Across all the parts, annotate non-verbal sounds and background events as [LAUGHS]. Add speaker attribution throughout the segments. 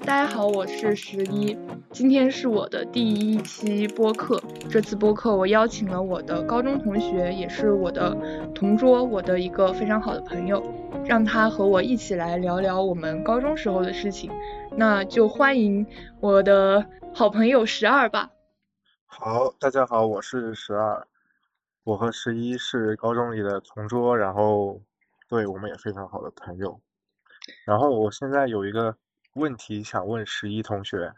Speaker 1: 大家好，我是十一，今天是我的第一期播客。这次播客我邀请了我的高中同学，也是我的同桌，我的一个非常好的朋友，让他和我一起来聊聊我们高中时候的事情。那就欢迎我的好朋友十二吧。
Speaker 2: 好，大家好，我是十二，我和十一是高中里的同桌，然后对我们也非常好的朋友。然后我现在有一个问题想问十一同学，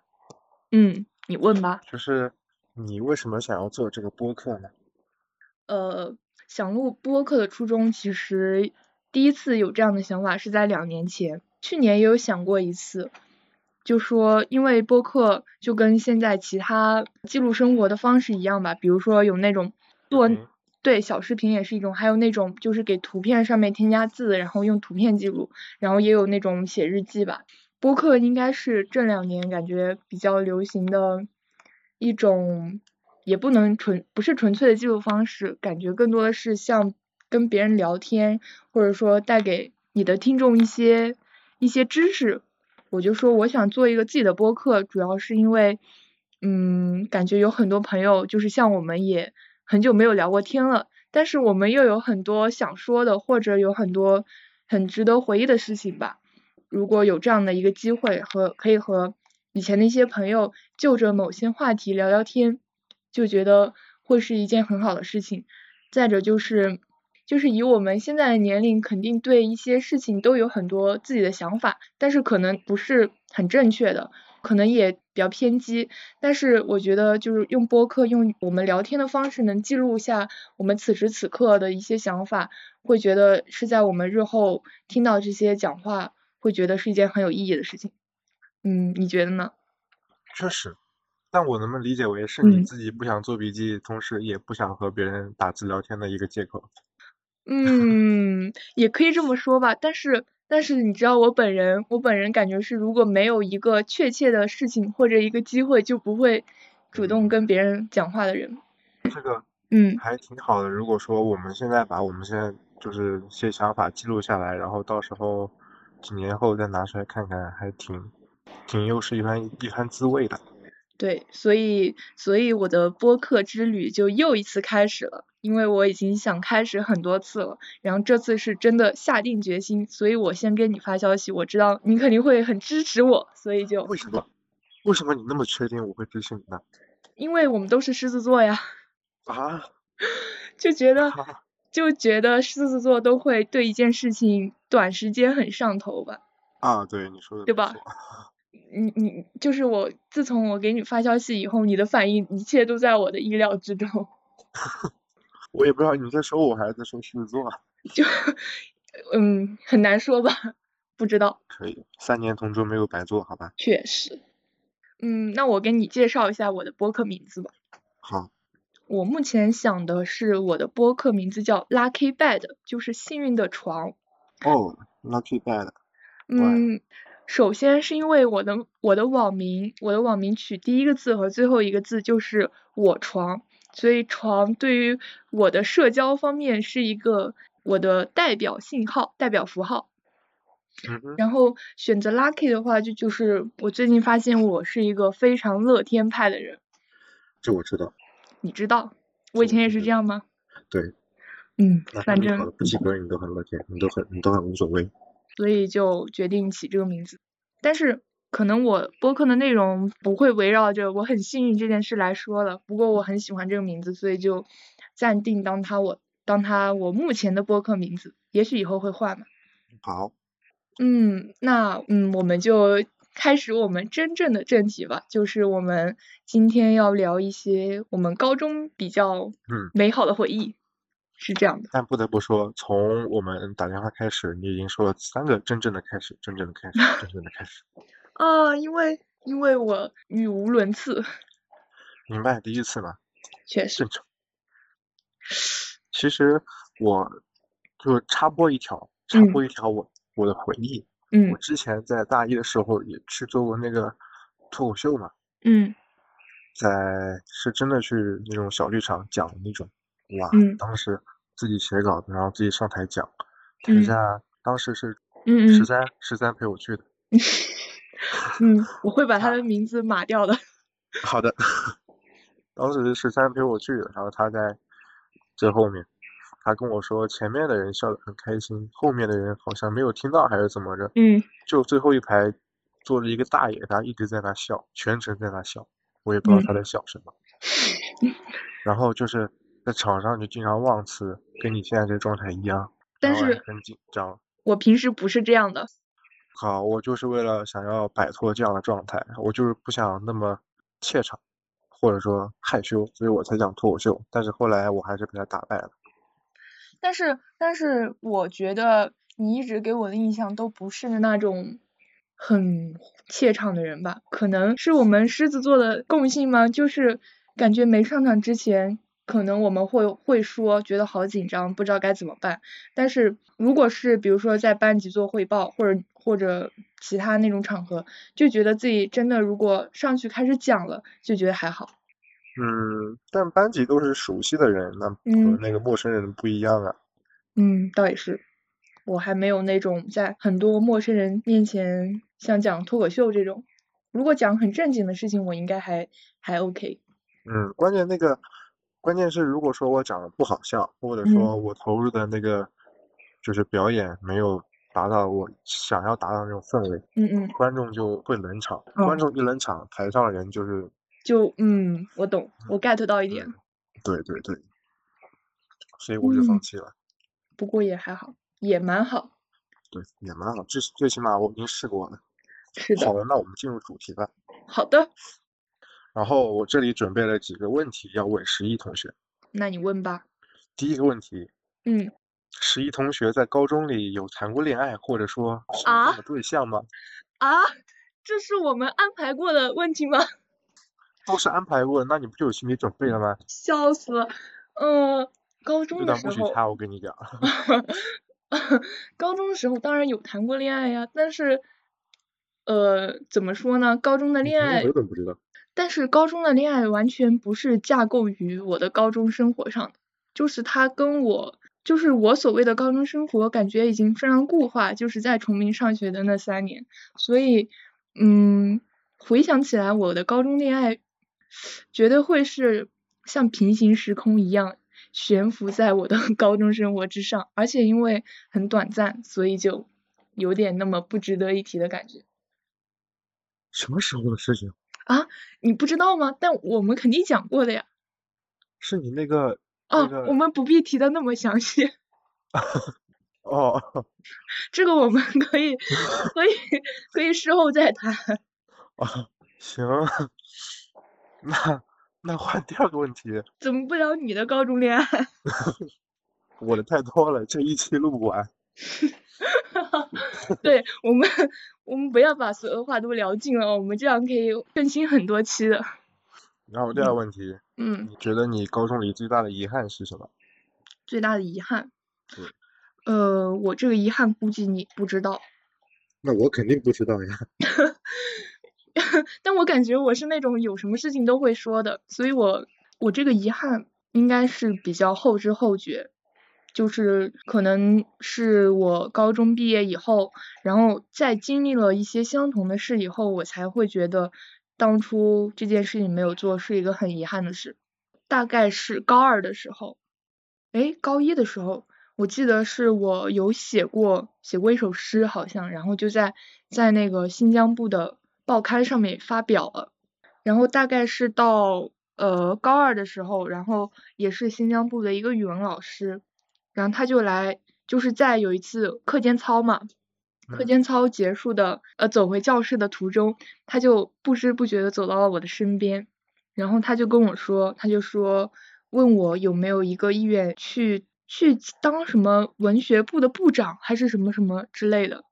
Speaker 1: 嗯，你问吧。
Speaker 2: 就是你为什么想要做这个播客呢？
Speaker 1: 呃，想录播客的初衷，其实第一次有这样的想法是在两年前，去年也有想过一次，就说因为播客就跟现在其他记录生活的方式一样吧，比如说有那种做
Speaker 2: 嗯
Speaker 1: 对小视频也是一种，还有那种就是给图片上面添加字，然后用图片记录，然后也有那种写日记吧。播客应该是这两年感觉比较流行的一种，也不能纯不是纯粹的记录方式，感觉更多的是像跟别人聊天，或者说带给你的听众一些一些知识。我就说我想做一个自己的播客，主要是因为，嗯，感觉有很多朋友就是像我们也很久没有聊过天了，但是我们又有很多想说的，或者有很多很值得回忆的事情吧。如果有这样的一个机会和可以和以前的一些朋友就着某些话题聊聊天，就觉得会是一件很好的事情。再者就是，就是以我们现在的年龄，肯定对一些事情都有很多自己的想法，但是可能不是很正确的，可能也比较偏激。但是我觉得，就是用播客，用我们聊天的方式，能记录下我们此时此刻的一些想法，会觉得是在我们日后听到这些讲话，会觉得是一件很有意义的事情。嗯，你觉得呢？
Speaker 2: 确实，但我能不能理解为是你
Speaker 1: 嗯
Speaker 2: 自己不想做笔记，同时也不想和别人打字聊天的一个借口？
Speaker 1: 嗯， [LAUGHS] 也可以这么说吧，但是但是你知道我本人，我本人感觉是，如果没有一个确切的事情或者一个机会，就不会主动
Speaker 2: 嗯
Speaker 1: 跟别人讲话的人。
Speaker 2: 这个
Speaker 1: 嗯
Speaker 2: 还挺好的。如果说我们现在把我们现在就是一些想法记录下来，然后到时候几年后再拿出来看看，还挺挺又是一番一番滋味的。
Speaker 1: 对，所以所以我的播客之旅就又一次开始了，因为我已经想开始很多次了，然后这次是真的下定决心，所以我先跟你发消息，我知道你肯定会很支持我，所以就
Speaker 2: 为什么？为什么你那么确定我会支持你呢？
Speaker 1: 因为我们都是狮子座呀， [LAUGHS]
Speaker 2: 啊，
Speaker 1: 就觉得
Speaker 2: 哈哈
Speaker 1: 就觉得狮子座都会对一件事情短时间很上头吧。
Speaker 2: 啊，对，你说的
Speaker 1: 对
Speaker 2: 没
Speaker 1: 吧
Speaker 2: 错？
Speaker 1: 你你就是我，自从我给你发消息以后，你的反应一切都在我的意料之中。 [LAUGHS]
Speaker 2: 我也不知道你在说我还是在说狮子座啊。
Speaker 1: 就嗯，很难说吧，不知道，
Speaker 2: 可以，三年同桌没有白做，好吧？
Speaker 1: 确实。嗯，那我给你介绍一下我的播客名字吧。
Speaker 2: 好，
Speaker 1: 我目前想的是我的播客名字叫 Lucky Bed，就是幸运的床。
Speaker 2: 哦，lucky bad，
Speaker 1: 嗯，首先是因为我的我的网名，我的网名取第一个字和最后一个字就是我床，所以床对于我的社交方面是一个我的代表信号、代表符号。
Speaker 2: 嗯哼，
Speaker 1: 然后选择 lucky 的话，就就是我最近发现我是一个非常乐天派的人，
Speaker 2: 这我知道，
Speaker 1: 你知道，我
Speaker 2: 是
Speaker 1: 以
Speaker 2: 的
Speaker 1: 前也
Speaker 2: 是
Speaker 1: 是
Speaker 2: 的
Speaker 1: 这样吗？
Speaker 2: 对，
Speaker 1: 嗯，
Speaker 2: 哪怕
Speaker 1: 反
Speaker 2: 你考
Speaker 1: 正
Speaker 2: 的不及格，你都很乐天，你都很你都很无所谓。
Speaker 1: 所以就决定起这个名字。但是可能我播客的内容不会围绕着我很幸运这件事来说了，不过我很喜欢这个名字，所以就暂定当它我当它我目前的播客名字，也许以后会换嘛。
Speaker 2: 好，
Speaker 1: 嗯，那嗯，我们就开始我们真正的正题吧，就是我们今天要聊一些我们高中比较
Speaker 2: 嗯
Speaker 1: 美好的回忆，是这样的。
Speaker 2: 但不得不说，从我们打电话开始，你已经说了三个真正的开始，真正的开始，真正的
Speaker 1: [LAUGHS]
Speaker 2: 开始。
Speaker 1: 啊，因为因为我语无伦次，
Speaker 2: 明白，第一次嘛，
Speaker 1: 确实，
Speaker 2: 正常。其实我就插播一条，插播一条我我的回忆。
Speaker 1: 嗯
Speaker 2: 我之前在大一的时候也去做过那个脱口秀嘛，
Speaker 1: 嗯
Speaker 2: 在是真的去那种小剧场讲的那种，哇，
Speaker 1: 嗯
Speaker 2: 当时自己写稿子，然后自己上台讲，
Speaker 1: 嗯
Speaker 2: 台下当时是
Speaker 1: 嗯
Speaker 2: 十
Speaker 1: 嗯，
Speaker 2: 三十三陪我去的，
Speaker 1: 嗯，我会把他的名字码掉的。
Speaker 2: 好的， [LAUGHS] 当时十三陪我去的，然后他在最后面，他跟我说前面的人笑得很开心，后面的人好像没有听到还是怎么着，
Speaker 1: 嗯，
Speaker 2: 就最后一排坐着一个大爷，他一直在那笑，全程在那笑，我也不知道他
Speaker 1: 嗯
Speaker 2: 在笑什么。然后就是在场上就经常忘词，跟你现在这状态一样，
Speaker 1: 但
Speaker 2: 然后还
Speaker 1: 是
Speaker 2: 很紧张。
Speaker 1: 我平时不是这样的。
Speaker 2: 好，我就是为了想要摆脱这样的状态，我就是不想那么怯场，或者说害羞，所以我才讲脱口秀。但是后来我还是被他打败了。
Speaker 1: 但是，但是我觉得你一直给我的印象都不是那种很怯场的人吧？可能是我们狮子座的共性吗？就是感觉没上场之前，可能我们会会说觉得好紧张，不知道该怎么办。但是如果是比如说在班级做汇报或者或者其他那种场合，就觉得自己真的如果上去开始讲了，就觉得还好。
Speaker 2: 嗯，但班级都是熟悉的人，那和
Speaker 1: 嗯
Speaker 2: 那个陌生人不一样啊。
Speaker 1: 嗯，倒也是，我还没有那种在很多陌生人面前像讲脱口秀这种。如果讲很正经的事情，我应该还还 OK。
Speaker 2: 嗯，关键那个，关键是如果说我长得不好笑，或者说我投入的那个就是表演没有达到我想要达到的那种氛围，
Speaker 1: 嗯嗯，
Speaker 2: 观众就会冷场。
Speaker 1: 嗯
Speaker 2: 观众一冷场，台上的人就是，
Speaker 1: 就嗯，我懂，我 get 到一点，
Speaker 2: 嗯，对对对，所以我就放
Speaker 1: 嗯
Speaker 2: 弃了。
Speaker 1: 不过也还好，也蛮好。
Speaker 2: 对，也蛮好，最最起码我已经试过了。
Speaker 1: 是
Speaker 2: 好
Speaker 1: 的，
Speaker 2: 了，那我们进入主题吧。
Speaker 1: 好的，
Speaker 2: 然后我这里准备了几个问题要问十一同学。
Speaker 1: 那你问吧。
Speaker 2: 第一个问题，
Speaker 1: 嗯
Speaker 2: 十一同学在高中里有谈过恋爱，或者说是
Speaker 1: 啊
Speaker 2: 的对象吗？
Speaker 1: 啊，这是我们安排过的问题吗？
Speaker 2: 都是安排过的，那你不就有心理准备了吗？
Speaker 1: [LAUGHS] 笑死了。嗯、高
Speaker 2: 这
Speaker 1: 中的
Speaker 2: 段
Speaker 1: 时
Speaker 2: 不许
Speaker 1: 候，
Speaker 2: 插，我跟你 [LAUGHS] 讲。
Speaker 1: [LAUGHS] 高中的时候当然有谈过恋爱呀，但是，呃，怎么说呢？高中的
Speaker 2: 你
Speaker 1: 恋
Speaker 2: 谈过
Speaker 1: 爱，
Speaker 2: 我怎么不知道？
Speaker 1: 但是高中的恋爱完全不是架构于我的高中生活上的，就是它跟我，就是我所谓的高中生活，感觉已经非常固化，就是在崇明上学的那三年，所以，嗯，回想起来我的高中恋爱，绝对会是像平行时空一样。悬浮在我的 [LAUGHS] 高中生活之上，而且因为很短暂，所以就有点那么不值得一提的感觉
Speaker 2: 什么时候的事情？
Speaker 1: 啊！你不知道吗？但我们肯定讲过的呀。
Speaker 2: 是你那个那
Speaker 1: 哦，
Speaker 2: 个
Speaker 1: 我们不必提的那么详细，
Speaker 2: 哦 [LAUGHS]
Speaker 1: 这个我们可以 [LAUGHS] 可以可以事后再谈。
Speaker 2: 哦，行， [LAUGHS] 那那换第二个问题，
Speaker 1: 怎么不聊你的高中恋爱？ [LAUGHS]
Speaker 2: 我的太多了，这一期录不完。
Speaker 1: 对我们，我们不要把所有话都聊尽了，我们这样可以更新很多期的。
Speaker 2: 然后第二个问题，
Speaker 1: 嗯，
Speaker 2: 你觉得你高中里最大的遗憾是什么？
Speaker 1: 最大的遗憾
Speaker 2: 对，
Speaker 1: 呃，我这个遗憾估计你不知道，
Speaker 2: 那我肯定不知道呀。 [LAUGHS]
Speaker 1: 但我感觉我是那种有什么事情都会说的，所以我我这个遗憾应该是比较后知后觉，就是可能是我高中毕业以后，然后在经历了一些相同的事以后，我才会觉得当初这件事情没有做是一个很遗憾的事。大概是高二的时候，诶，高一的时候，我记得是我有写过写过一首诗，好像，然后就在在那个新疆部的报刊上面发表了。然后大概是到呃高二的时候，然后也是新疆部的一个语文老师，然后他就来，就是在有一次课间操嘛，课
Speaker 2: 嗯
Speaker 1: 间操结束的呃走回教室的途中，他就不知不觉的走到了我的身边，然后他就跟我说，他就说问我有没有一个意愿去去当什么文学部的部长还是什么什么之类的。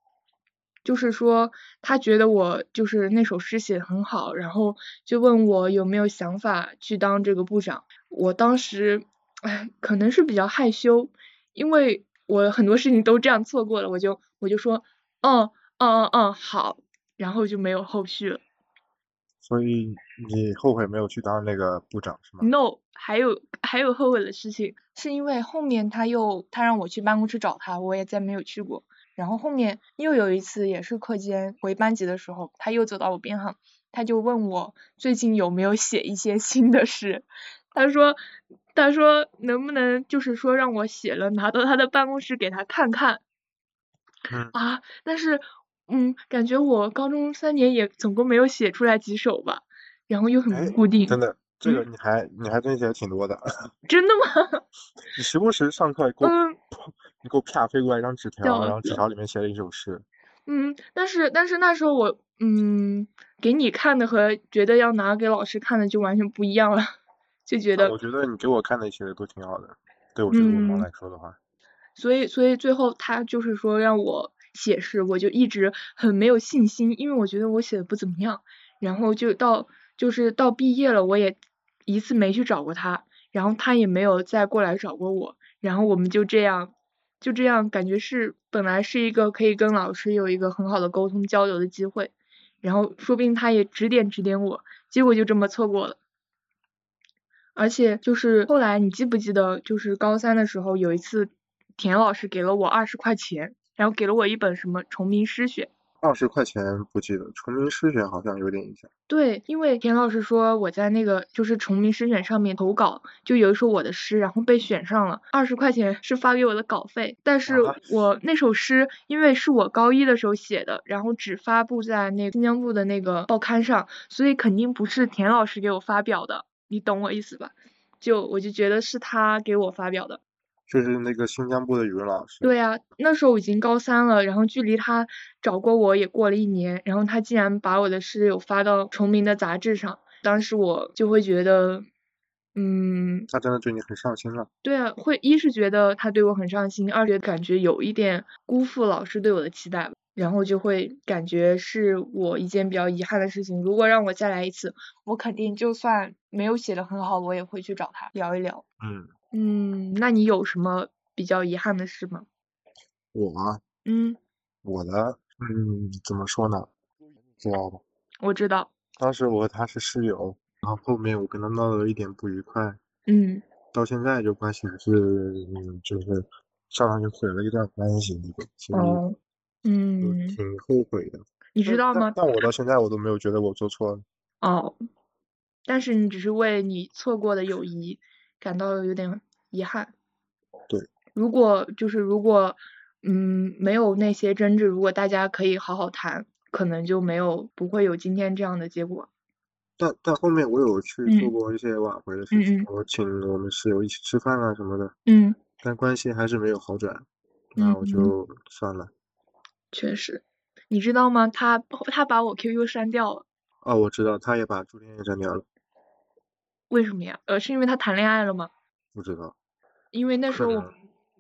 Speaker 1: 就是说，他觉得我就是那首诗写的很好，然后就问我有没有想法去当这个部长。我当时，哎，可能是比较害羞，因为我很多事情都这样错过了，我就我就说，嗯嗯嗯嗯，好，然后就没有后续了。
Speaker 2: 所以你后悔没有去当那个部长是吗？
Speaker 1: No，还有还有后悔的事情，是因为后面他又他让我去办公室找他，我也再没有去过。然后后面又有一次也是课间回班级的时候，他又走到我边上，他就问我最近有没有写一些新的诗，他说他说能不能就是说让我写了拿到他的办公室给他看看
Speaker 2: 嗯，
Speaker 1: 啊，但是嗯，感觉我高中三年也总共没有写出来几首吧，然后又很
Speaker 2: 哎
Speaker 1: 不固定，
Speaker 2: 真的，这
Speaker 1: 嗯
Speaker 2: 个你还你还真写挺多的， [LAUGHS]
Speaker 1: 真的吗？
Speaker 2: 你时不时
Speaker 1: [LAUGHS]
Speaker 2: 上课给我
Speaker 1: 嗯。
Speaker 2: 你给我啪飞过来一张纸条，
Speaker 1: 对
Speaker 2: 然后纸条里面写了一首诗，
Speaker 1: 嗯，但是但是那时候我嗯给你看的和觉得要拿给老师看的就完全不一样了， [LAUGHS] 就觉
Speaker 2: 但
Speaker 1: 得
Speaker 2: 我觉得你给我看的写的都挺好的，对我这个文
Speaker 1: 嗯
Speaker 2: 盲来说的话，
Speaker 1: 所以所以最后他就是说让我写诗，我就一直很没有信心，因为我觉得我写的不怎么样，然后就到就是到毕业了，我也一次没去找过他，然后他也没有再过来找过我，然后我们就这样。就这样，感觉是本来是一个可以跟老师有一个很好的沟通交流的机会，然后说不定他也指点指点我，结果就这么错过了。而且就是后来你记不记得，就是高三的时候有一次，田老师给了我二十块钱，然后给了我一本什么崇明诗选。
Speaker 2: 二十块钱不记得，崇明诗选好像有点印象，
Speaker 1: 对，因为田老师说我在那个就是崇明诗选上面投稿，就有一首我的诗，然后被选上了，二十块钱是发给我的稿费，但是
Speaker 2: 啊
Speaker 1: 我那首诗因为是我高一的时候写的，然后只发布在那个新疆部的那个报刊上，所以肯定不是田老师给我发表的，你懂我意思吧？就我就觉得是他给我发表的。
Speaker 2: 就是那个新疆部的语文老师，
Speaker 1: 对呀、那时候我已经高三了，然后距离他找过我也过了一年，然后他竟然把我的诗有发到崇明的杂志上，当时我就会觉得，嗯，
Speaker 2: 他真的对你很上心了。
Speaker 1: 对啊，会一是觉得他对我很上心，二是感觉有一点辜负老师对我的期待吧，然后就会感觉是我一件比较遗憾的事情。如果让我再来一次，我肯定就算没有写的很好，我也会去找他聊一聊。
Speaker 2: 嗯，
Speaker 1: 嗯，那你有什么比较遗憾的事吗？
Speaker 2: 我啊
Speaker 1: 嗯，
Speaker 2: 我的嗯怎么说呢，知道吧？
Speaker 1: 我知道，
Speaker 2: 当时我和他是室友，然后后面我跟他闹了一点不愉快，
Speaker 1: 嗯。
Speaker 2: 到现在就关系还是嗯就是相当于毁了一段关系那种，所以
Speaker 1: 哦，
Speaker 2: 就
Speaker 1: 嗯，
Speaker 2: 挺后悔的。
Speaker 1: 你知
Speaker 2: 但
Speaker 1: 道
Speaker 2: 但
Speaker 1: 吗？
Speaker 2: 但我到现在我都没有觉得我做错了。
Speaker 1: 哦，但是你只是为你错过的友谊感到有点遗憾。
Speaker 2: 对，
Speaker 1: 如果就是如果，嗯，没有那些争执，如果大家可以好好谈，可能就没有不会有今天这样的结果。
Speaker 2: 但但后面我有去做
Speaker 1: 嗯
Speaker 2: 过一些挽回的事
Speaker 1: 嗯
Speaker 2: 情，
Speaker 1: 嗯
Speaker 2: 我请我们室友一起吃饭啊什么的，
Speaker 1: 嗯
Speaker 2: 但关系还是没有好转，那我
Speaker 1: 嗯，
Speaker 2: 就算了。
Speaker 1: 确实，你知道吗？他他把我 QQ 删掉了，
Speaker 2: 哦，我知道，他也把朱丽叶删掉了，
Speaker 1: 为什么呀？呃，是因为他谈恋爱了吗？
Speaker 2: 不知道，
Speaker 1: 因为那时
Speaker 2: 可
Speaker 1: 候
Speaker 2: 能，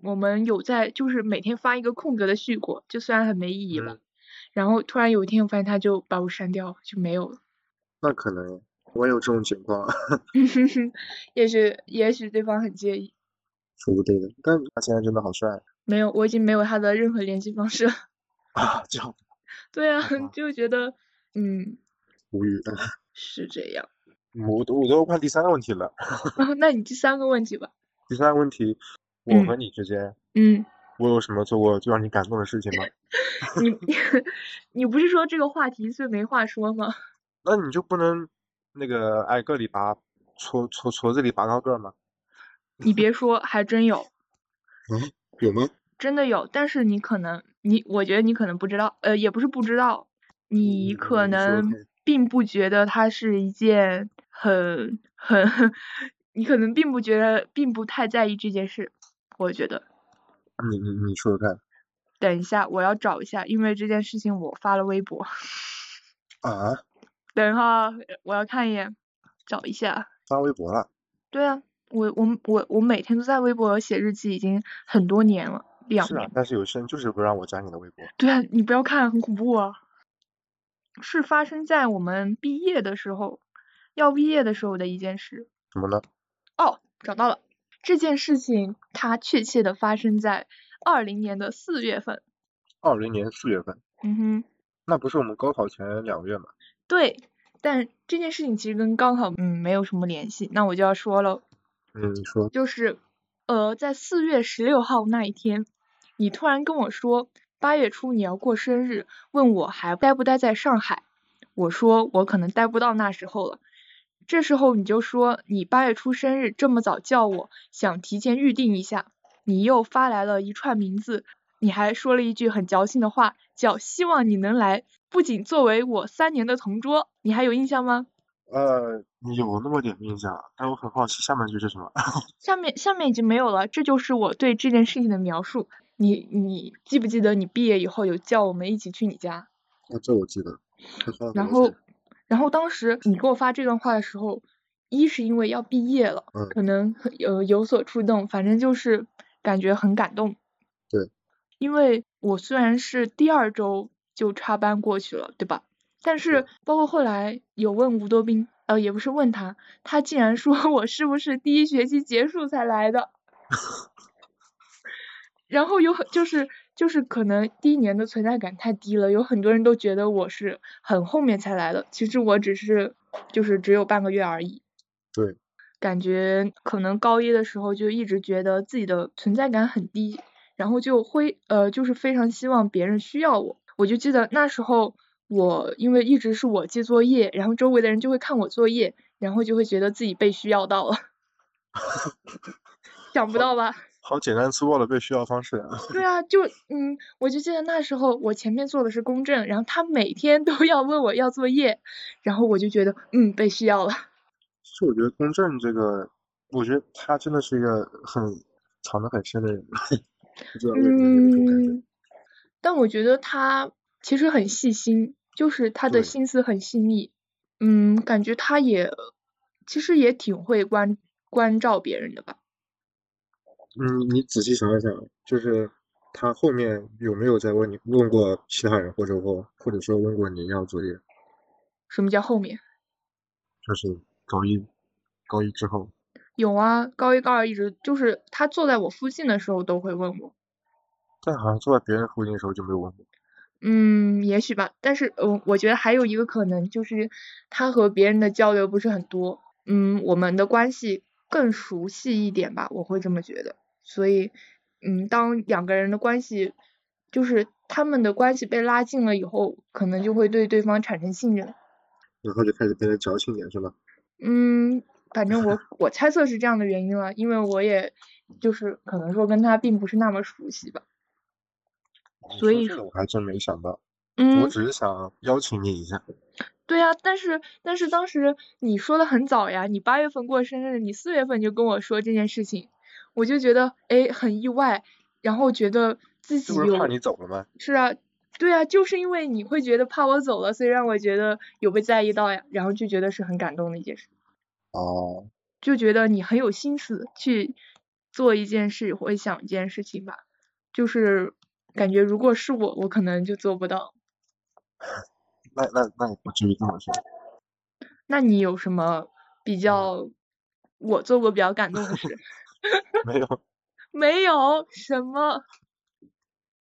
Speaker 1: 我们有在，就是每天发一个空格的序过，就虽然很没意义吧
Speaker 2: 嗯，，
Speaker 1: 然后突然有一天我发现他就把我删掉了，就没有了。 [LAUGHS]
Speaker 2: 那可能我也有这种情况。 [LAUGHS]
Speaker 1: 也许也许对方很介意，
Speaker 2: 说不对的，但他现在真的好帅 [LAUGHS]
Speaker 1: 没有，我已经没有他的任何联系方式了。 [LAUGHS]
Speaker 2: 啊，这样
Speaker 1: 对啊
Speaker 2: 好吧，
Speaker 1: 就觉得嗯
Speaker 2: 无语。
Speaker 1: 是这样。
Speaker 2: [LAUGHS]
Speaker 1: [LAUGHS]
Speaker 2: 我都我都快第三个问题了，
Speaker 1: 然后那你第三个问题吧。
Speaker 2: 第三个问题，我和
Speaker 1: 嗯
Speaker 2: 你之间，
Speaker 1: 嗯，
Speaker 2: 我有什么做过最让你感动的事情吗？ [LAUGHS]
Speaker 1: 你 [LAUGHS] 你不是说这个话题最没话说吗？ [LAUGHS]
Speaker 2: 那你就不能那个挨个里拔矬矬矬子里拔高个儿吗？
Speaker 1: 你别说，还真有。
Speaker 2: 嗯，有吗？
Speaker 1: 真的有，但是你可能你，我觉得你可能不知道，呃，也不是不知道，你可
Speaker 2: 嗯，你说
Speaker 1: 能
Speaker 2: 看，
Speaker 1: 并不觉得它是一件很很， [LAUGHS] 你可能并不觉得，并不太在意这件事。我觉得，
Speaker 2: 你你你说说看
Speaker 1: 等一下我要找一下，因为这件事情我发了微博。
Speaker 2: 啊，
Speaker 1: 等一下，呃我要看一眼，找一下。
Speaker 2: 发微博了，
Speaker 1: 对啊，我我我我每天都在微博写日记，已经很多年了，两
Speaker 2: 是啊，
Speaker 1: 年。
Speaker 2: 但是有些人就是不让我加你的微博。
Speaker 1: 对啊，你不要看，很恐怖啊。是发生在我们毕业的时候，要毕业的时候的一件事。
Speaker 2: 怎么呢？
Speaker 1: 哦，找到了，这件事情它确切的发生在二零年的四月份。
Speaker 2: 二零年四月份，
Speaker 1: 嗯哼，
Speaker 2: 那不是我们高考前两个月吗？
Speaker 1: 对，但这件事情其实跟高考嗯没有什么联系，那我就要说了，
Speaker 2: 嗯，你说，
Speaker 1: 就是呃，在四月十六号那一天，你突然跟我说八月初你要过生日，问我还待不待在上海。我说我可能待不到那时候了。这时候你就说你八月初生日这么早叫我，想提前预定一下。你又发来了一串名字，你还说了一句很矫情的话，叫希望你能来。不仅作为我三年的同桌，你还有印象吗？
Speaker 2: 呃，啊有那么点印象，啊但我很好奇下面句是什么。
Speaker 1: 下面下面已经没有了，这就是我对这件事情的描述。你你记不记得你毕业以后有叫我们一起去你家？
Speaker 2: 啊，这我记得。
Speaker 1: 然后，然后当时你给我发这段话的时候，一是因为要毕业了，
Speaker 2: 嗯
Speaker 1: 可能很呃有所触动，反正就是感觉很感动。
Speaker 2: 对。
Speaker 1: 因为我虽然是第二周就插班过去了，对吧？但是包括后来有问吴多斌，呃，也不是问他，他竟然说我是不是第一学期结束才来的。然后有很就是就是可能第一年的存在感太低了，有很多人都觉得我是很后面才来的，其实我只是就是只有半个月而已。
Speaker 2: 对。
Speaker 1: 感觉可能高一的时候就一直觉得自己的存在感很低，然后就会呃就是非常希望别人需要我。我就记得那时候我因为一直是我记作业，然后周围的人就会看我作业，然后就会觉得自己被需要到了。 [LAUGHS] 想不到吧？
Speaker 2: 好简单粗暴的被需要方式啊！
Speaker 1: 对啊，就嗯，我就记得那时候我前面做的是公证，然后他每天都要问我要作业，然后我就觉得嗯被需要了。
Speaker 2: 其实我觉得公正这个，我觉得他真的是一个很藏得很深的人， [LAUGHS] 不知道为什么有一种感觉。
Speaker 1: 嗯，但我觉得他其实很细心，就是他的
Speaker 2: 对
Speaker 1: 心思很细腻。嗯，感觉他也其实也挺会关关照别人的吧。
Speaker 2: 嗯，你仔细想一想，就是他后面有没有再问你问过其他人，或者或或者说问过你要作业？
Speaker 1: 什么叫后面？
Speaker 2: 就是高一高一之后，
Speaker 1: 有啊，高一高二一直就是他坐在我附近的时候都会问我。
Speaker 2: 但好像坐在别人附近的时候就没有问过。
Speaker 1: 嗯，也许吧，但是呃我我觉得还有一个可能就是他和别人的交流不是很多，嗯，我们的关系更熟悉一点吧，我会这么觉得。所以，嗯，当两个人的关系就是他们的关系被拉近了以后，可能就会对对方产生信任。
Speaker 2: 然后就开始变得矫情点，是吧？
Speaker 1: 嗯，反正我我猜测是这样的原因了，因为我也就是可能说跟他并不是那么熟悉吧，
Speaker 2: 你
Speaker 1: 所
Speaker 2: 哦说
Speaker 1: 以
Speaker 2: 这个我还真没想到，
Speaker 1: 嗯
Speaker 2: 我，只是想邀请你一下。
Speaker 1: 对呀、但是但是当时你说的很早呀，你八月份过生日，你四月份就跟我说这件事情，我就觉得哎很意外，然后觉得自己
Speaker 2: 这不是
Speaker 1: 有
Speaker 2: 怕你走了吗？
Speaker 1: 是啊，对啊，就是因为你会觉得怕我走了，所以让我觉得有被在意到呀，然后就觉得是很感动的一件事，
Speaker 2: 哦，
Speaker 1: 就觉得你很有心思去做一件事或者想一件事情吧，就是感觉如果是我，我可能就做不到。
Speaker 2: 那那那也不至于这么说。
Speaker 1: 那你有什么比较我做过比较感动的事？
Speaker 2: 没有，
Speaker 1: 没有什么，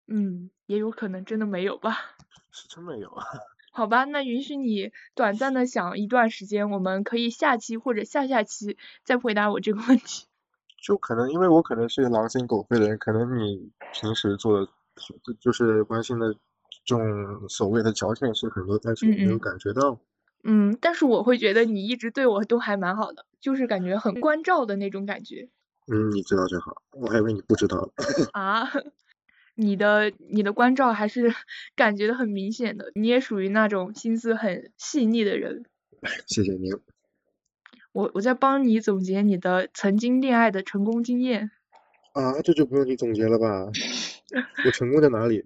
Speaker 1: 嗯，也有可能真的没有吧。 [LAUGHS]
Speaker 2: 是真没有。啊
Speaker 1: 好吧，那允许你短暂的想一段时间，我们可以下期或者下下期再回答我这个问题。 [LAUGHS]
Speaker 2: 就可能因为我可能是一个狼心狗肺的人，可能你平时做的就就是关心的这种所谓的矫情事很多，但是我没
Speaker 1: 嗯
Speaker 2: 有
Speaker 1: 嗯
Speaker 2: 感觉到。
Speaker 1: 嗯，但是我会觉得你一直对我都还蛮好的，就是感觉很关照的那种感觉
Speaker 2: 嗯，你知道就好，我还以为你不知道。
Speaker 1: 啊。 [LAUGHS] 你的你的关照还是 [LAUGHS] 感觉的很明显的，你也属于那种心思很细腻的人。
Speaker 2: 谢谢你，
Speaker 1: 我我在帮你总结你的曾经恋爱的成功经验，
Speaker 2: 啊，这就不用你总结了吧？ [LAUGHS] 我成功在哪里？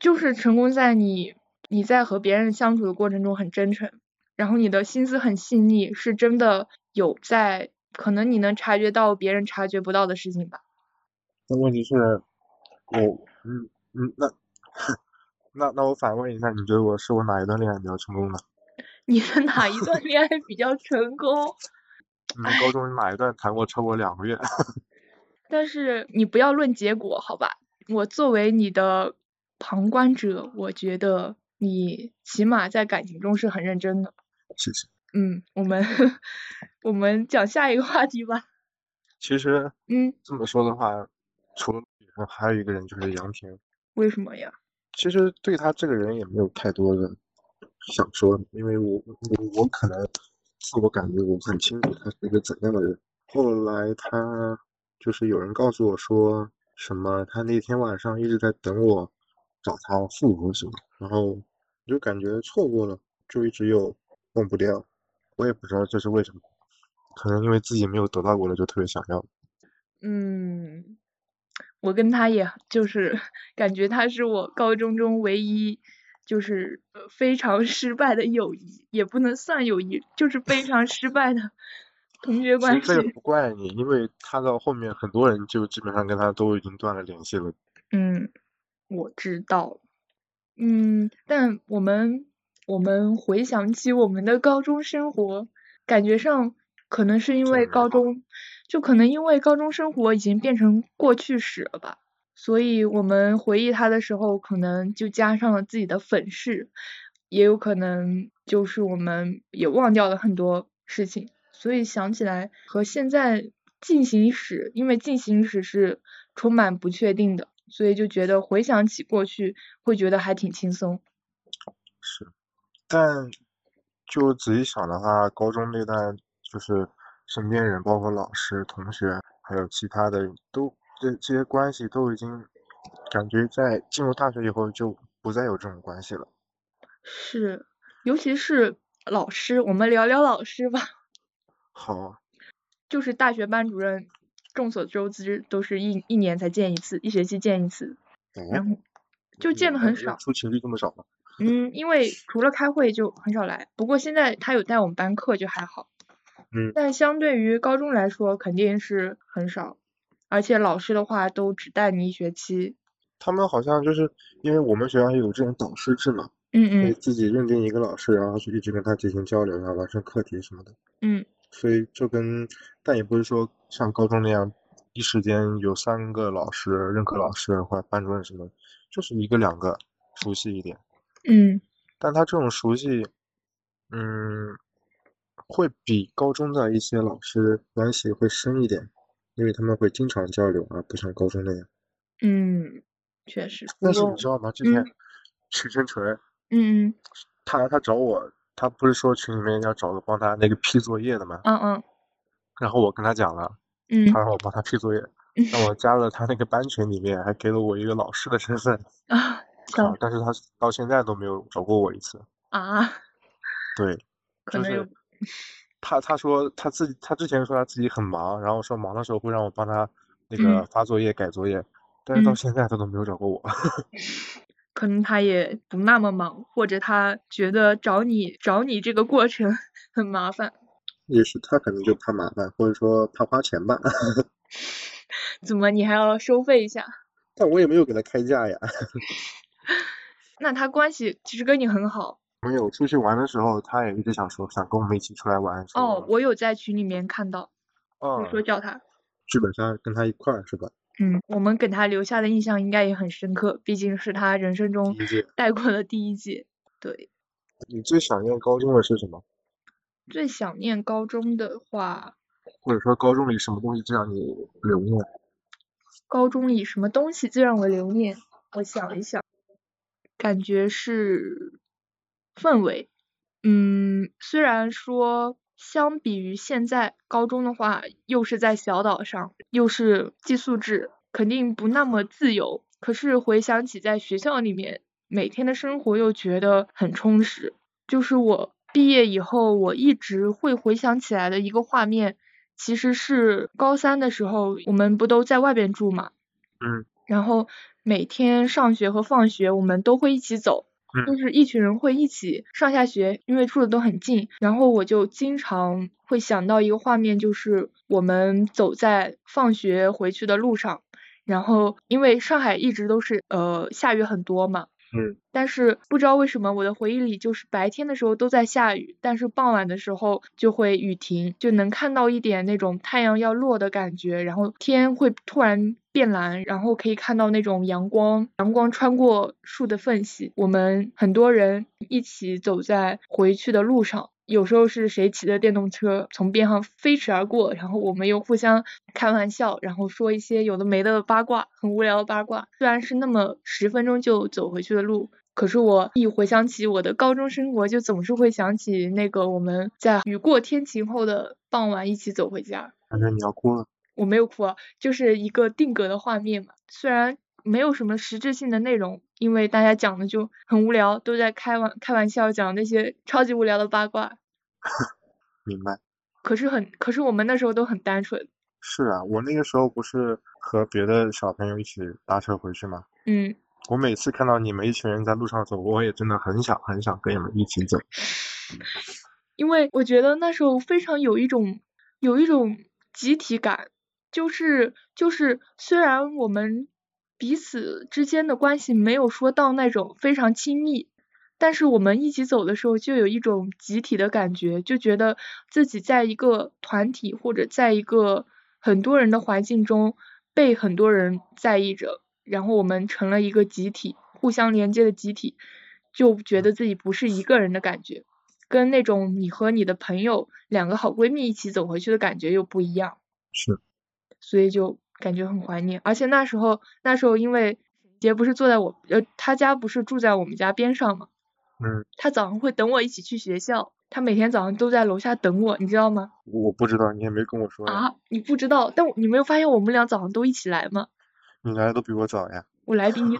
Speaker 1: 就是成功在你你在和别人相处的过程中很真诚，然后你的心思很细腻，是真的有在，可能你能察觉到别人察觉不到的事情吧。
Speaker 2: 但问题是，我嗯嗯，那那那我反问一下，你觉得我是我哪一段恋爱比较成功呢？
Speaker 1: 你的哪一段恋爱比较成功？
Speaker 2: 你们高中哪一段谈过超过两个月？ [LAUGHS]
Speaker 1: 但是你不要论结果，好吧？我作为你的旁观者，我觉得你起码在感情中是很认真的。
Speaker 2: 谢谢。
Speaker 1: 嗯，我们 [LAUGHS] 我们讲下一个话题吧。
Speaker 2: 其实
Speaker 1: 嗯，
Speaker 2: 这么说的话，除了女生还有一个人就是杨婷。
Speaker 1: 为什么呀？
Speaker 2: 其实对他这个人也没有太多的想说，因为我我我可能自我感觉我很清楚他是一个怎样的人。后来他就是有人告诉我说什么，他那天晚上一直在等我找他复合什么，然后我就感觉错过了，就一直有忘不掉。我也不知道这是为什么，可能因为自己没有得到过的就特别想要。
Speaker 1: 嗯，我跟他也就是感觉他是我高中中唯一就是呃非常 [LAUGHS] 失败的友谊，也不能算友谊，就是非常失败的同学
Speaker 2: 其
Speaker 1: 关
Speaker 2: 实
Speaker 1: 系
Speaker 2: 这。也不怪你，因为他到后面很多人就基本上跟他都已经断了联系了。
Speaker 1: 嗯，我知道了。嗯，但我们我们回想起我们的高中生活，感觉上可能是因
Speaker 2: 挺
Speaker 1: 为
Speaker 2: 美
Speaker 1: 高
Speaker 2: 好
Speaker 1: 中，就可能因为高中生活已经变成过去式了吧，所以我们回忆它的时候，可能就加上了自己的粉饰，也有可能就是我们也忘掉了很多事情，所以想起来和现在进行时，因为进行时是充满不确定的，所以就觉得回想起过去会觉得还挺轻松。
Speaker 2: 是，但就仔细想的话，高中那段就是身边人，包括老师、同学，还有其他的，都这这些关系都已经感觉在进入大学以后就不再有这种关系了。
Speaker 1: 是，尤其是老师，我们聊聊老师吧。
Speaker 2: 好，
Speaker 1: 就是大学班主任，众所周知，都是一一年才见一次，一学期见一次，
Speaker 2: 哎，
Speaker 1: 然后嗯就
Speaker 2: 你
Speaker 1: 见的
Speaker 2: 们
Speaker 1: 很
Speaker 2: 要
Speaker 1: 少。
Speaker 2: 出勤率这么少吗？
Speaker 1: 嗯，因为除了开会就很少来，不过现在他有带我们班课就还好。
Speaker 2: 嗯
Speaker 1: 但相对于高中来说，肯定是很少，而且老师的话都只带你一学期。
Speaker 2: 他们好像就是因为我们学校有这种导师制嘛，
Speaker 1: 嗯
Speaker 2: 可以
Speaker 1: 嗯
Speaker 2: 自己认定一个老师，然后去一直跟他进行交流，然后完成课题什么的。
Speaker 1: 嗯，
Speaker 2: 所以就跟，但也不是说像高中那样，一时间有三个老师、任课老师或者班主任什么，就是一个两个熟悉一点。
Speaker 1: 嗯，
Speaker 2: 但他这种熟悉，嗯，会比高中的一些老师关系会深一点，因为他们会经常交流，而不像高中那样。
Speaker 1: 嗯，确实。不
Speaker 2: 但是你
Speaker 1: 过，
Speaker 2: 知道吗？之前
Speaker 1: 嗯
Speaker 2: 许真纯，
Speaker 1: 嗯
Speaker 2: 他他找我，他不是说群里面要找我帮他那个批作业的吗？
Speaker 1: 嗯嗯
Speaker 2: 然后我跟他讲了，
Speaker 1: 嗯
Speaker 2: 他让我帮他批作业，
Speaker 1: 嗯
Speaker 2: 让我加了他那个班群里面，还给了我一个老师的身份。
Speaker 1: 嗯啊，
Speaker 2: 靠！
Speaker 1: 笑
Speaker 2: 但是他到现在都没有找过我一次。
Speaker 1: 啊，
Speaker 2: 对，
Speaker 1: 可
Speaker 2: 就
Speaker 1: 能有
Speaker 2: 是他他说他自己，他之前说他自己很忙，然后说忙的时候会让我帮他那个
Speaker 1: 嗯
Speaker 2: 发作业、改作业，但是到
Speaker 1: 嗯，
Speaker 2: 现在他都没有找过我。 [LAUGHS]
Speaker 1: 可能他也不那么忙，或者他觉得找你找你这个过程 [LAUGHS] 很麻烦，
Speaker 2: 也是他可能就怕麻烦，或者说怕花钱吧。 [LAUGHS]
Speaker 1: 怎么你还要收费一下？
Speaker 2: 但我也没有给他开价呀。
Speaker 1: 那他关系其实跟你很好
Speaker 2: 没有出去玩的时候，他也一直想说想跟我们一起出来玩，
Speaker 1: 哦，
Speaker 2: 说
Speaker 1: 我有在群里面看到，就说
Speaker 2: 嗯，
Speaker 1: 叫他。
Speaker 2: 剧本杀跟他一块儿是吧？
Speaker 1: 嗯，我们给他留下的印象应该也很深刻，毕竟是他人生
Speaker 2: 第
Speaker 1: 中
Speaker 2: 一届。
Speaker 1: 带过的第一届。对，
Speaker 2: 你最想念高中的是什么？
Speaker 1: 最想念高中的话，
Speaker 2: 或者说高中里什么东西最让你留念？
Speaker 1: 高中里什么东西最让我留念？我想一想，感觉是氛围。嗯，虽然说相比于现在高中的话，又是在小岛上，又是寄宿制，肯定不那么自由。可是回想起在学校里面每天的生活，又觉得很充实。就是我毕业以后，我一直会回想起来的一个画面，其实是高三的时候，我们不都在外边住嘛，
Speaker 2: 嗯
Speaker 1: 然后每天上学和放学我们都会一起走，就
Speaker 2: 嗯
Speaker 1: 是一群人会一起上下学，因为住的都很近。然后我就经常会想到一个画面，就是我们走在放学回去的路上，然后因为上海一直都是呃下雨很多嘛，
Speaker 2: 嗯，
Speaker 1: 但是不知道为什么，我的回忆里就是白天的时候都在下雨，但是傍晚的时候就会雨停，就能看到一点那种太阳要落的感觉，然后天会突然变蓝，然后可以看到那种阳光，阳光穿过树的缝隙。我们很多人一起走在回去的路上，有时候是谁骑着电动车从边上飞驰而过，然后我们又互相开玩笑，然后说一些有的没的八卦，很无聊的八卦。虽然是那么十分钟就走回去的路，可是我一回想起我的高中生活，就总是会想起那个我们在雨过天晴后的傍晚一起走回家。
Speaker 2: 感觉你要哭了。
Speaker 1: 我没有哭，啊，就是一个定格的画面嘛。虽然没有什么实质性的内容，因为大家讲的就很无聊，都在开玩开玩笑讲那些超级无聊的八卦。
Speaker 2: 明白。
Speaker 1: 可是很，可是我们那时候都很单纯。
Speaker 2: 是啊，我那个时候不是和别的小朋友一起搭车回去吗？
Speaker 1: 嗯，
Speaker 2: 我每次看到你们一群人在路上走，我也真的很想很想跟你们一起走。
Speaker 1: 因为我觉得那时候非常有一种有一种集体感，就是就是虽然我们彼此之间的关系没有说到那种非常亲密。但是我们一起走的时候，就有一种集体的感觉，就觉得自己在一个团体或者在一个很多人的环境中被很多人在意着，然后我们成了一个集体，互相连接的集体，就觉得自己不是一个人的感觉，跟那种你和你的朋友两个好闺蜜一起走回去的感觉又不一样，
Speaker 2: 是，
Speaker 1: 所以就感觉很怀念。而且那时候，那时候因为杰不是坐在我呃他家不是住在我们家边上嘛。
Speaker 2: 嗯，
Speaker 1: 他早上会等我一起去学校，他每天早上都在楼下等我，你知道吗？
Speaker 2: 我不知道，你也没跟我说呀。
Speaker 1: 啊，你不知道，但我你没有发现我们俩早上都一起来吗？
Speaker 2: 你来的都比我早呀。
Speaker 1: 我来比你，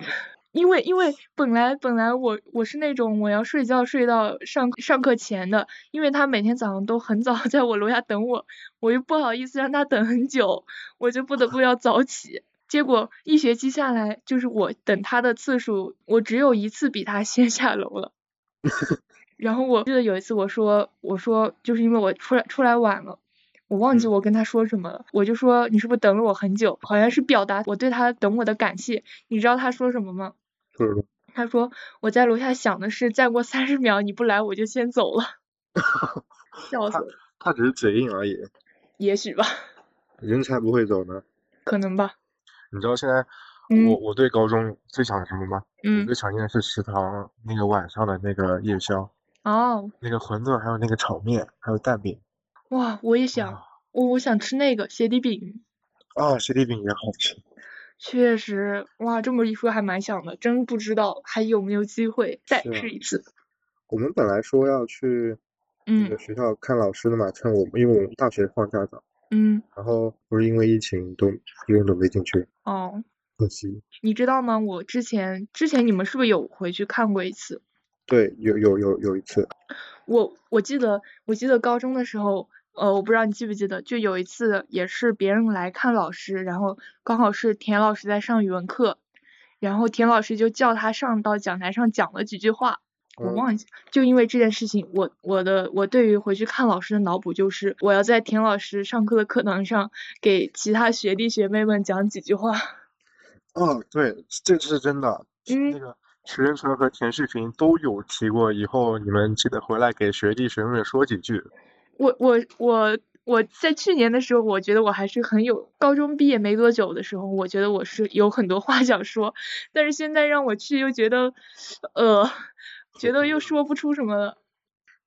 Speaker 1: 因为因为本来本来我我是那种我要睡觉睡到上上课前的，因为他每天早上都很早 [LAUGHS] 在我楼下等我，我又不好意思让他等很久，我就不得不要早起。结果一学期下来，就是我等他的次数，我只有一次比他先 [LAUGHS] 下楼了。然后我记得有一次我说我说就是因为我出来出来晚了，我忘记
Speaker 2: 嗯
Speaker 1: 我跟他说什么了，我就说你是不是等了我很久？好像是表达我对他等我的感谢。你知道他说什么吗？
Speaker 2: 不知道。
Speaker 1: 他说我在楼下想的是再过三十秒你不来我就先走
Speaker 2: [LAUGHS]
Speaker 1: 了，笑死
Speaker 2: 他
Speaker 1: 了。
Speaker 2: 他只是嘴硬而已，
Speaker 1: 也许吧，
Speaker 2: 人才不会走呢。
Speaker 1: 可能吧。
Speaker 2: 你知道现在
Speaker 1: 嗯
Speaker 2: 我我对高中最想什么吗？我
Speaker 1: 嗯
Speaker 2: 最想念的是食堂那个晚上的那个夜宵，
Speaker 1: 哦
Speaker 2: 那个馄饨，还有那个炒面，还有蛋饼。
Speaker 1: 哇，我也想
Speaker 2: 啊
Speaker 1: 我我想吃那个鞋底饼，
Speaker 2: 啊，雪地饼也好吃。
Speaker 1: 确实哇，这么一说还蛮想的，真不知道还有没有机会再
Speaker 2: 是啊
Speaker 1: 吃一次。
Speaker 2: 我们本来说要去那
Speaker 1: 嗯
Speaker 2: 个学校看老师的嘛，趁我们因为我们大学放假早，
Speaker 1: 嗯
Speaker 2: 然后不是因为疫情都一个人都没进去，
Speaker 1: 哦。
Speaker 2: 可惜。
Speaker 1: 你知道吗？我之前之前你们是不是有回去看过一次？
Speaker 2: 对，有有有有一次，
Speaker 1: 我我记得我记得高中的时候，呃，我不知道你记不记得，就有一次也是别人来看老师，然后刚好是田老师在上语文课，然后田老师就叫他上到讲台上讲了几句话，我
Speaker 2: 嗯
Speaker 1: 忘记，就因为这件事情，我我的我对于回去看老师的脑补就是，我要在田老师上课的课堂上给其他学弟学妹们讲几句话。
Speaker 2: 哦，对，这个是真的。
Speaker 1: 嗯
Speaker 2: 那个池仁纯和田世平都有提过，以后你们记得回来给学弟学妹说几句。
Speaker 1: 我我我我在去年的时候，我觉得我还是很有高中毕业没多久的时候，我觉得我是有很多话想说，但是现在让我去又觉得，呃，觉得又说不出什么了。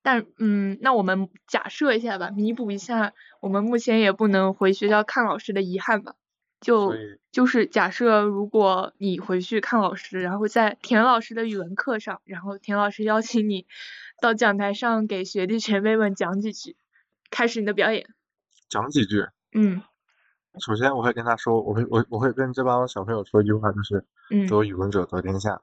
Speaker 1: 但嗯，那我们假设一下吧，弥补一下我们目前也不能回学校看老师的遗憾吧。就
Speaker 2: 所以
Speaker 1: 就是假设如果你回去看老师，然后在田老师的语文课上，然后田老师邀请你到讲台上给学弟学妹们讲几句，开始你的表演。
Speaker 2: 讲几句。
Speaker 1: 嗯
Speaker 2: 首先我会跟他说，我会我我会跟这帮小朋友说一句话，就是
Speaker 1: 嗯
Speaker 2: 得语文者得天下。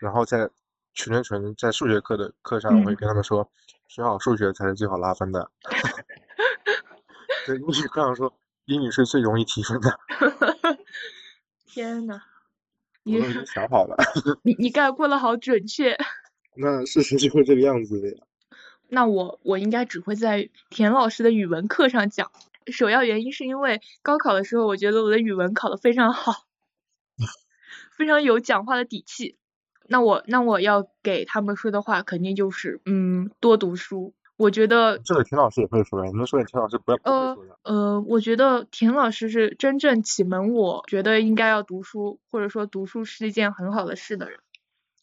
Speaker 2: 然后在曲仁纯在数学课的课上，我会
Speaker 1: 嗯
Speaker 2: 跟他们说，学好数学才是最好拉分的。 [LAUGHS] 对英语课上说，英语是最容易提分的。
Speaker 1: 天呐，
Speaker 2: 我
Speaker 1: 你
Speaker 2: 都已经想好了， [LAUGHS]
Speaker 1: 你你概括的好准确。
Speaker 2: 那事情就是这个样子的呀。
Speaker 1: 那我我应该只会在田老师的语文课上讲。首要原因是因为高考的时候，我觉得我的语文考得非常好， [LAUGHS] 非常有讲话的底气。那我那我要给他们说的话，肯定就是嗯，多读书。我觉得
Speaker 2: 这个田老师也会说呀，你们说的田老师不要不会
Speaker 1: 呃
Speaker 2: 说的。
Speaker 1: 呃，我觉得田老师是真正启蒙我觉得应该要读书，或者说读书是一件很好的事的人，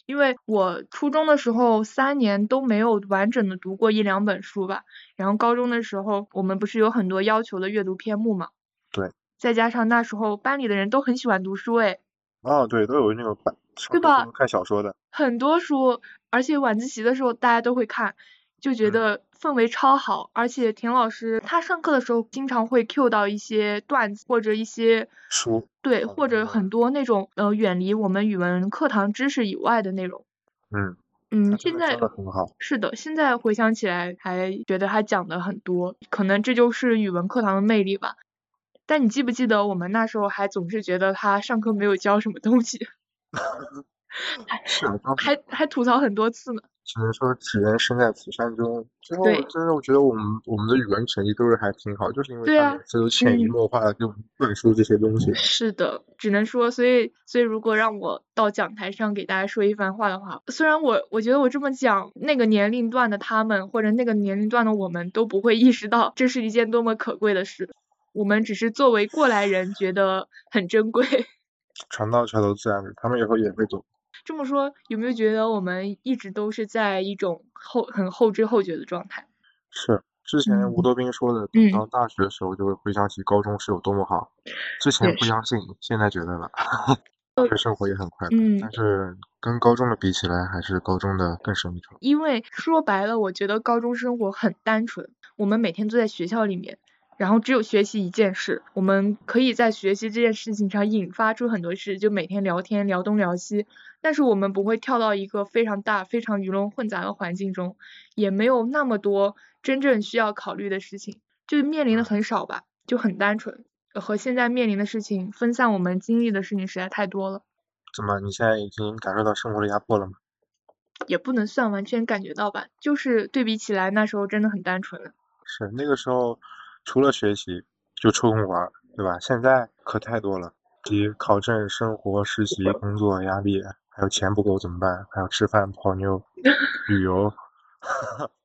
Speaker 1: 因为我初中的时候三年都没有完整的读过一两本书吧，然后高中的时候我们不是有很多要求的阅读篇目嘛，
Speaker 2: 对，
Speaker 1: 再加上那时候班里的人都很喜欢读书诶，
Speaker 2: 啊，对，都有那种版，小
Speaker 1: 对
Speaker 2: 时候
Speaker 1: 吧
Speaker 2: 都看小说的，
Speaker 1: 很多书，而且晚自习的时候大家都会看，就觉
Speaker 2: 嗯
Speaker 1: 得氛围超好。而且田老师他上课的时候经常会 cue 到一些段子或者一些
Speaker 2: 书，
Speaker 1: 对，
Speaker 2: 好
Speaker 1: 或
Speaker 2: 的
Speaker 1: 者很多那种呃远离我们语文课堂知识以外的内容。
Speaker 2: 嗯，
Speaker 1: 嗯，
Speaker 2: 他
Speaker 1: 现
Speaker 2: 真的
Speaker 1: 在
Speaker 2: 教的很好，
Speaker 1: 是的，现在回想起来还觉得他讲的很多，可能这就是语文课堂的魅力吧。但你记不记得我们那时候还总是觉得他上课没有教什么东西，
Speaker 2: 是啊，当时
Speaker 1: 还还吐槽很多次呢。
Speaker 2: 只能说只缘身在此山中。最后，
Speaker 1: 对
Speaker 2: 真的我觉得我们我们的语文成绩都是还挺好，就是因为
Speaker 1: 对
Speaker 2: 他
Speaker 1: 啊
Speaker 2: 每次都潜移
Speaker 1: 嗯
Speaker 2: 默化的就灌输这些东西。
Speaker 1: 是的，只能说，所以，所以如果让我到讲台上给大家说一番话的话，虽然我我觉得我这么讲，那个年龄段的他们或者那个年龄段的我们都不会意识到这是一件多么可贵的事，我们只是作为过来人觉得很珍贵。 [LAUGHS]
Speaker 2: 船到桥头自然直，他们以后也会走。
Speaker 1: 这么说，有没有觉得我们一直都是在一种后很后知后觉的状态？
Speaker 2: 是，之前吴
Speaker 1: 嗯
Speaker 2: 德斌说的，
Speaker 1: 嗯
Speaker 2: 等到大学的时候就会回想起高中是有多么好。之前
Speaker 1: 也
Speaker 2: 不相信，现在觉得了。 [LAUGHS] 大学生活也很快乐，
Speaker 1: 嗯
Speaker 2: 但是跟高中的比起来，还是高中的更胜一筹。
Speaker 1: 因为说白了，我觉得高中生活很单纯，我们每天都在学校里面，然后只有学习一件事，我们可以在学习这件事情上引发出很多事，就每天聊天聊东聊西，但是我们不会跳到一个非常大、非常鱼龙混杂的环境中，也没有那么多真正需要考虑的事情，就是面临的
Speaker 2: 嗯
Speaker 1: 很少吧，就很单纯，呃和现在面临的事情分散我们精力的事情实在太多了，
Speaker 2: 怎么，你现在已经感受到生活的压迫了吗？
Speaker 1: 也不能算完全感觉到吧，就是对比起来，那时候真的很单纯了。
Speaker 2: 是，那个时候除了学习就抽空玩儿，对吧？现在可太多了，及考证、生活、实习、工作压力，还有钱不够怎么办？还有吃饭、泡妞、旅游。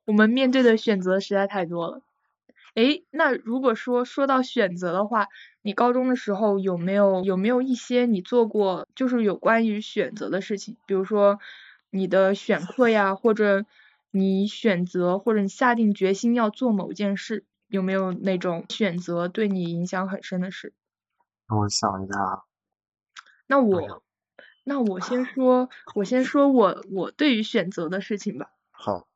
Speaker 1: 我们面对的选择实在太多了。诶，那如果说说到选择的话，你高中的时候有没有有没有一些你做过就是有关于选择的事情？比如说你的选课呀，或者你选择或者你下定决心要做某件事，有没有那种选择对你影响很深的事？
Speaker 2: 让我想一下啊，
Speaker 1: 那
Speaker 2: 有
Speaker 1: 我那我先说，我先说我我对于选择的事情吧。
Speaker 2: 好，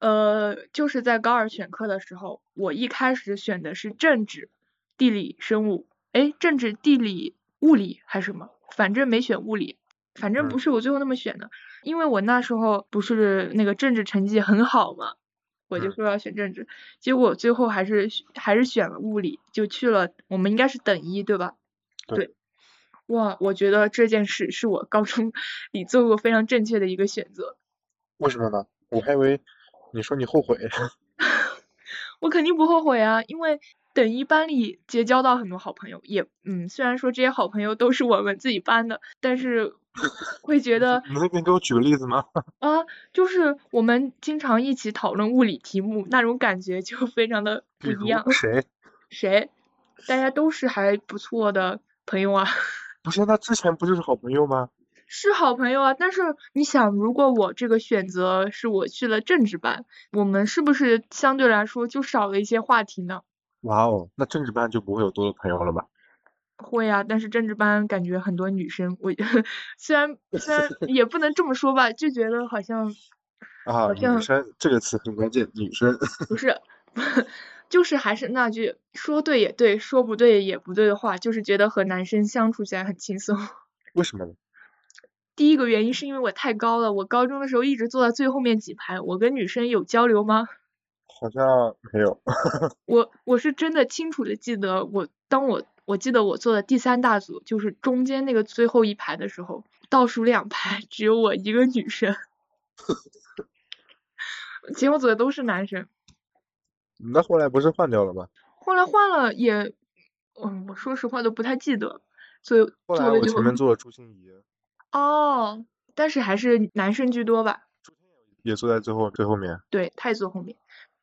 Speaker 1: 呃，就是在高二选课的时候，我一开始选的是政治、地理、生物，诶，政治、地理、物理还是什么，反正没选物理，反正不
Speaker 2: 嗯
Speaker 1: 是我最后那么选的，因为我那时候不是那个政治成绩很好嘛，我就
Speaker 2: 嗯
Speaker 1: 说要选政治，结果最后还是还是选了物理，就去了，我们应该是等一，对吧？
Speaker 2: 对
Speaker 1: 对。哇，我觉得这件事是我高中里做过非常正确的一个选择。
Speaker 2: 为什么呢？我还以为你说你后悔。 [LAUGHS]
Speaker 1: 我肯定不后悔啊，因为等一班里结交到很多好朋友，也嗯，虽然说这些好朋友都是我们自己班的，但是会觉得
Speaker 2: 你能给我举个例子吗？
Speaker 1: 啊，就是我们经常一起讨论物理题目，那种感觉就非常的
Speaker 2: 比
Speaker 1: 不一
Speaker 2: 如
Speaker 1: 样。
Speaker 2: 谁？
Speaker 1: 谁？大家都是还不错的朋友啊， [LAUGHS]
Speaker 2: 不是，那之前不就是好朋友吗？
Speaker 1: 是好朋友啊。但是你想，如果我这个选择是我去了政治班，我们是不是相对来说就少了一些话题呢？
Speaker 2: 哇哦，那政治班就不会有多的朋友了吧？
Speaker 1: 会啊，但是政治班感觉很多女生，我虽然虽然也不能这么说吧，就觉得好像 [LAUGHS]
Speaker 2: 啊，
Speaker 1: 好
Speaker 2: 女
Speaker 1: 像
Speaker 2: 生这个词很关键，女生。 [LAUGHS]
Speaker 1: 不是，就是还是那句说对也对，说不对也不对的话，就是觉得和男生相处起来很轻松。 [LAUGHS]
Speaker 2: 为什么呢？
Speaker 1: 第一个原因是因为我太高了，我高中的时候一直坐在最后面几排，我跟女生有交流吗？
Speaker 2: 好像没有。 [LAUGHS]
Speaker 1: 我我是真的清楚的记得我，当我我记得我坐的第三大组，就是中间那个最后一排的时候，倒数两排只有我一个女
Speaker 2: [LAUGHS]
Speaker 1: 生，前后左右都是男生。
Speaker 2: 那后来不是换掉了吗？
Speaker 1: 后来换了也，嗯，我说实话都不太记得，所以
Speaker 2: 后
Speaker 1: 坐
Speaker 2: 来
Speaker 1: 的
Speaker 2: 我
Speaker 1: 就
Speaker 2: 前面坐了朱心怡，
Speaker 1: 哦，但是还是男生居多吧，
Speaker 2: 也坐在最后最后面。
Speaker 1: 对，太坐后面，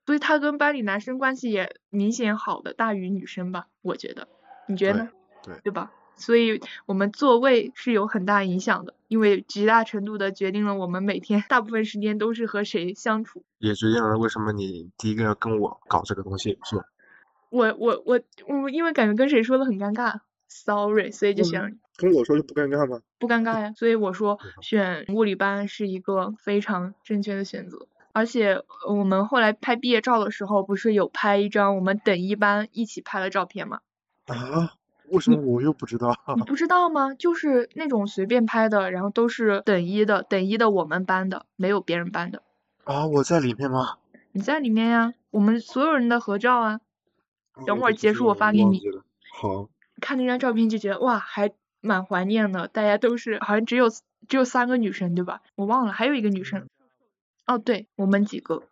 Speaker 1: 所以他跟班里男生关系也明显好的大于女生吧，我觉得，你觉得
Speaker 2: 对
Speaker 1: 呢？
Speaker 2: 对
Speaker 1: 对吧？所以我们座位是有很大影响的，因为极大程度的决定了我们每天 [LAUGHS] 大部分时间都是和谁相处。
Speaker 2: 也决定了为什么你第一个要跟我搞这个东西，是吧？
Speaker 1: 我我我我，因为感觉跟谁说的很尴尬，sorry，所
Speaker 2: 嗯
Speaker 1: 以就选了你。
Speaker 2: 跟我说就不尴尬吗？
Speaker 1: 不尴尬呀，所以我说选物理班是一个非常正确的选择。而且呃我们后来拍毕业照的时候，不是有拍一张我们等一班一起拍的照片吗？
Speaker 2: 啊？为什么我又不知道？
Speaker 1: 你不知道吗？就是那种随便拍的，然后都是等一的，等一的我们班的，没有别人班的。
Speaker 2: 啊，我在里面吗？
Speaker 1: 你在里面呀，我们所有人的合照啊，等会儿
Speaker 2: 就不
Speaker 1: 结
Speaker 2: 知
Speaker 1: 束
Speaker 2: 道
Speaker 1: 我发给
Speaker 2: 忘
Speaker 1: 你
Speaker 2: 记了好，
Speaker 1: 看那张照片就觉得哇，还蛮怀念的。大家都是好像只有只有三个女生对吧？我忘了，还有一个女生。哦，对，我们几个。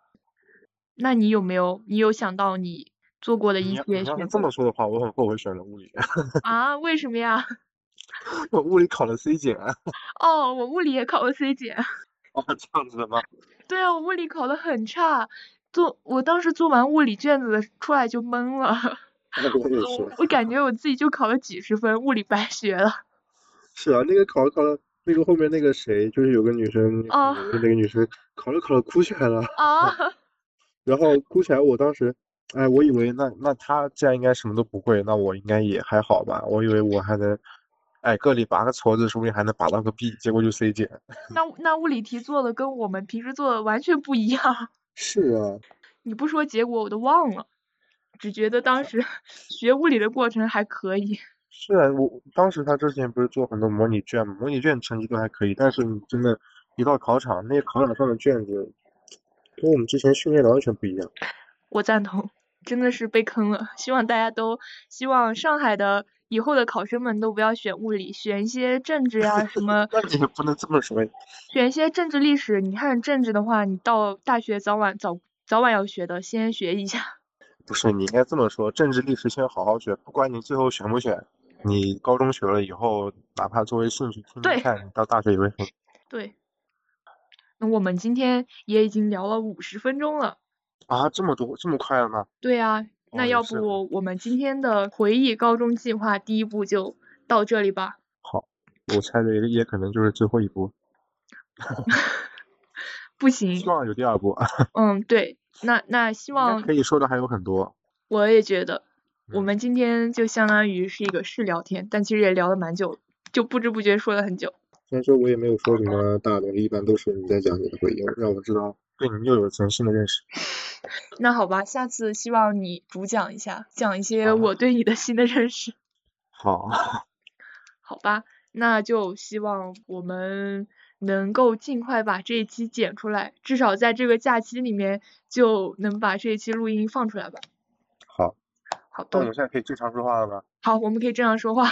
Speaker 1: 那你有没有你有想到你做过的
Speaker 2: 你
Speaker 1: 一
Speaker 2: 要你
Speaker 1: 些
Speaker 2: 要是
Speaker 1: 选
Speaker 2: 这
Speaker 1: 择
Speaker 2: 么说的话，我很后悔选了物理， [LAUGHS]
Speaker 1: 啊？为什么呀？
Speaker 2: 我物理考了 C 减啊。
Speaker 1: 哦，我物理也考了 C 减。
Speaker 2: 哦，这样子的吗？
Speaker 1: 对啊，我物理考得很差，做我当时做完物理卷子的出来就懵了，
Speaker 2: [LAUGHS] 我也
Speaker 1: 我我感觉我自己就考了几十分，物理白学了。
Speaker 2: 是啊，那个考着考着，那个后面那个谁，就是有个女生，
Speaker 1: 哦
Speaker 2: 有个那个女生考着考着哭起来了， [LAUGHS]
Speaker 1: 啊，
Speaker 2: 然后哭起来，我当时，哎，我以为那那她既然应该什么都不会，那我应该也还好吧，我以为我还能，哎，个里拔个矬子，说不定还能拔到个 B，结果就 C 减。
Speaker 1: 那那物理题做的跟我们平时做的完全不一样，
Speaker 2: 是啊，
Speaker 1: 你不说结果我都忘了，只觉得当时 [LAUGHS] 学物理的过程还可以。
Speaker 2: 是啊，我当时他之前不是做很多模拟卷嘛，模拟卷成绩都还可以，但是你真的，一到考场，那考场上的卷子，跟我们之前训练的完全不一样。
Speaker 1: 我赞同，真的是被坑了。希望大家都，希望上海的以后的考生们都不要选物理，选一些政治呀、啊什么
Speaker 2: [LAUGHS] 那你也不能这么说呀，
Speaker 1: 选一些政治历史，你看政治的话，你到大学早晚早早晚要学的，先学一下。
Speaker 2: 不是，你应该这么说，政治历史先好好学，不管你最后选不选，你高中学了以后，哪怕作为兴趣听
Speaker 1: 对
Speaker 2: 听看，你到大学也会很。
Speaker 1: 对，那我们今天也已经聊了五十分钟了。
Speaker 2: 啊，这么多，这么快了吗？
Speaker 1: 对啊，
Speaker 2: 哦
Speaker 1: 那
Speaker 2: 也
Speaker 1: 要
Speaker 2: 是
Speaker 1: 不我们今天的回忆高中计划第一步就到这里吧。
Speaker 2: 我猜的也也可能就是最后一步，
Speaker 1: 不
Speaker 2: 希
Speaker 1: 行，
Speaker 2: 望有第二步，
Speaker 1: 嗯，对，那那希
Speaker 2: 应该
Speaker 1: 望
Speaker 2: 可以说的还有很多。
Speaker 1: 我也觉得，我
Speaker 2: 嗯
Speaker 1: 们今天就相当于是一个试聊天，但其实也聊了蛮久，就不知不觉说了很久。
Speaker 2: 虽然说我也没有说什么大的，一般都是你在讲你的回忆，让我知道对你又有全新的认识。
Speaker 1: 那好吧，下次希望你主讲一下，讲一些
Speaker 2: 好
Speaker 1: 我对你的新的认识，
Speaker 2: 好，
Speaker 1: 好吧？那就希望我们能够尽快把这一期剪出来，至少在这个假期里面就能把这一期录音放出来吧。
Speaker 2: 好，
Speaker 1: 好
Speaker 2: 那我们
Speaker 1: 的，
Speaker 2: 现在可以正常说话了吧？
Speaker 1: 好，我们可以正常说话。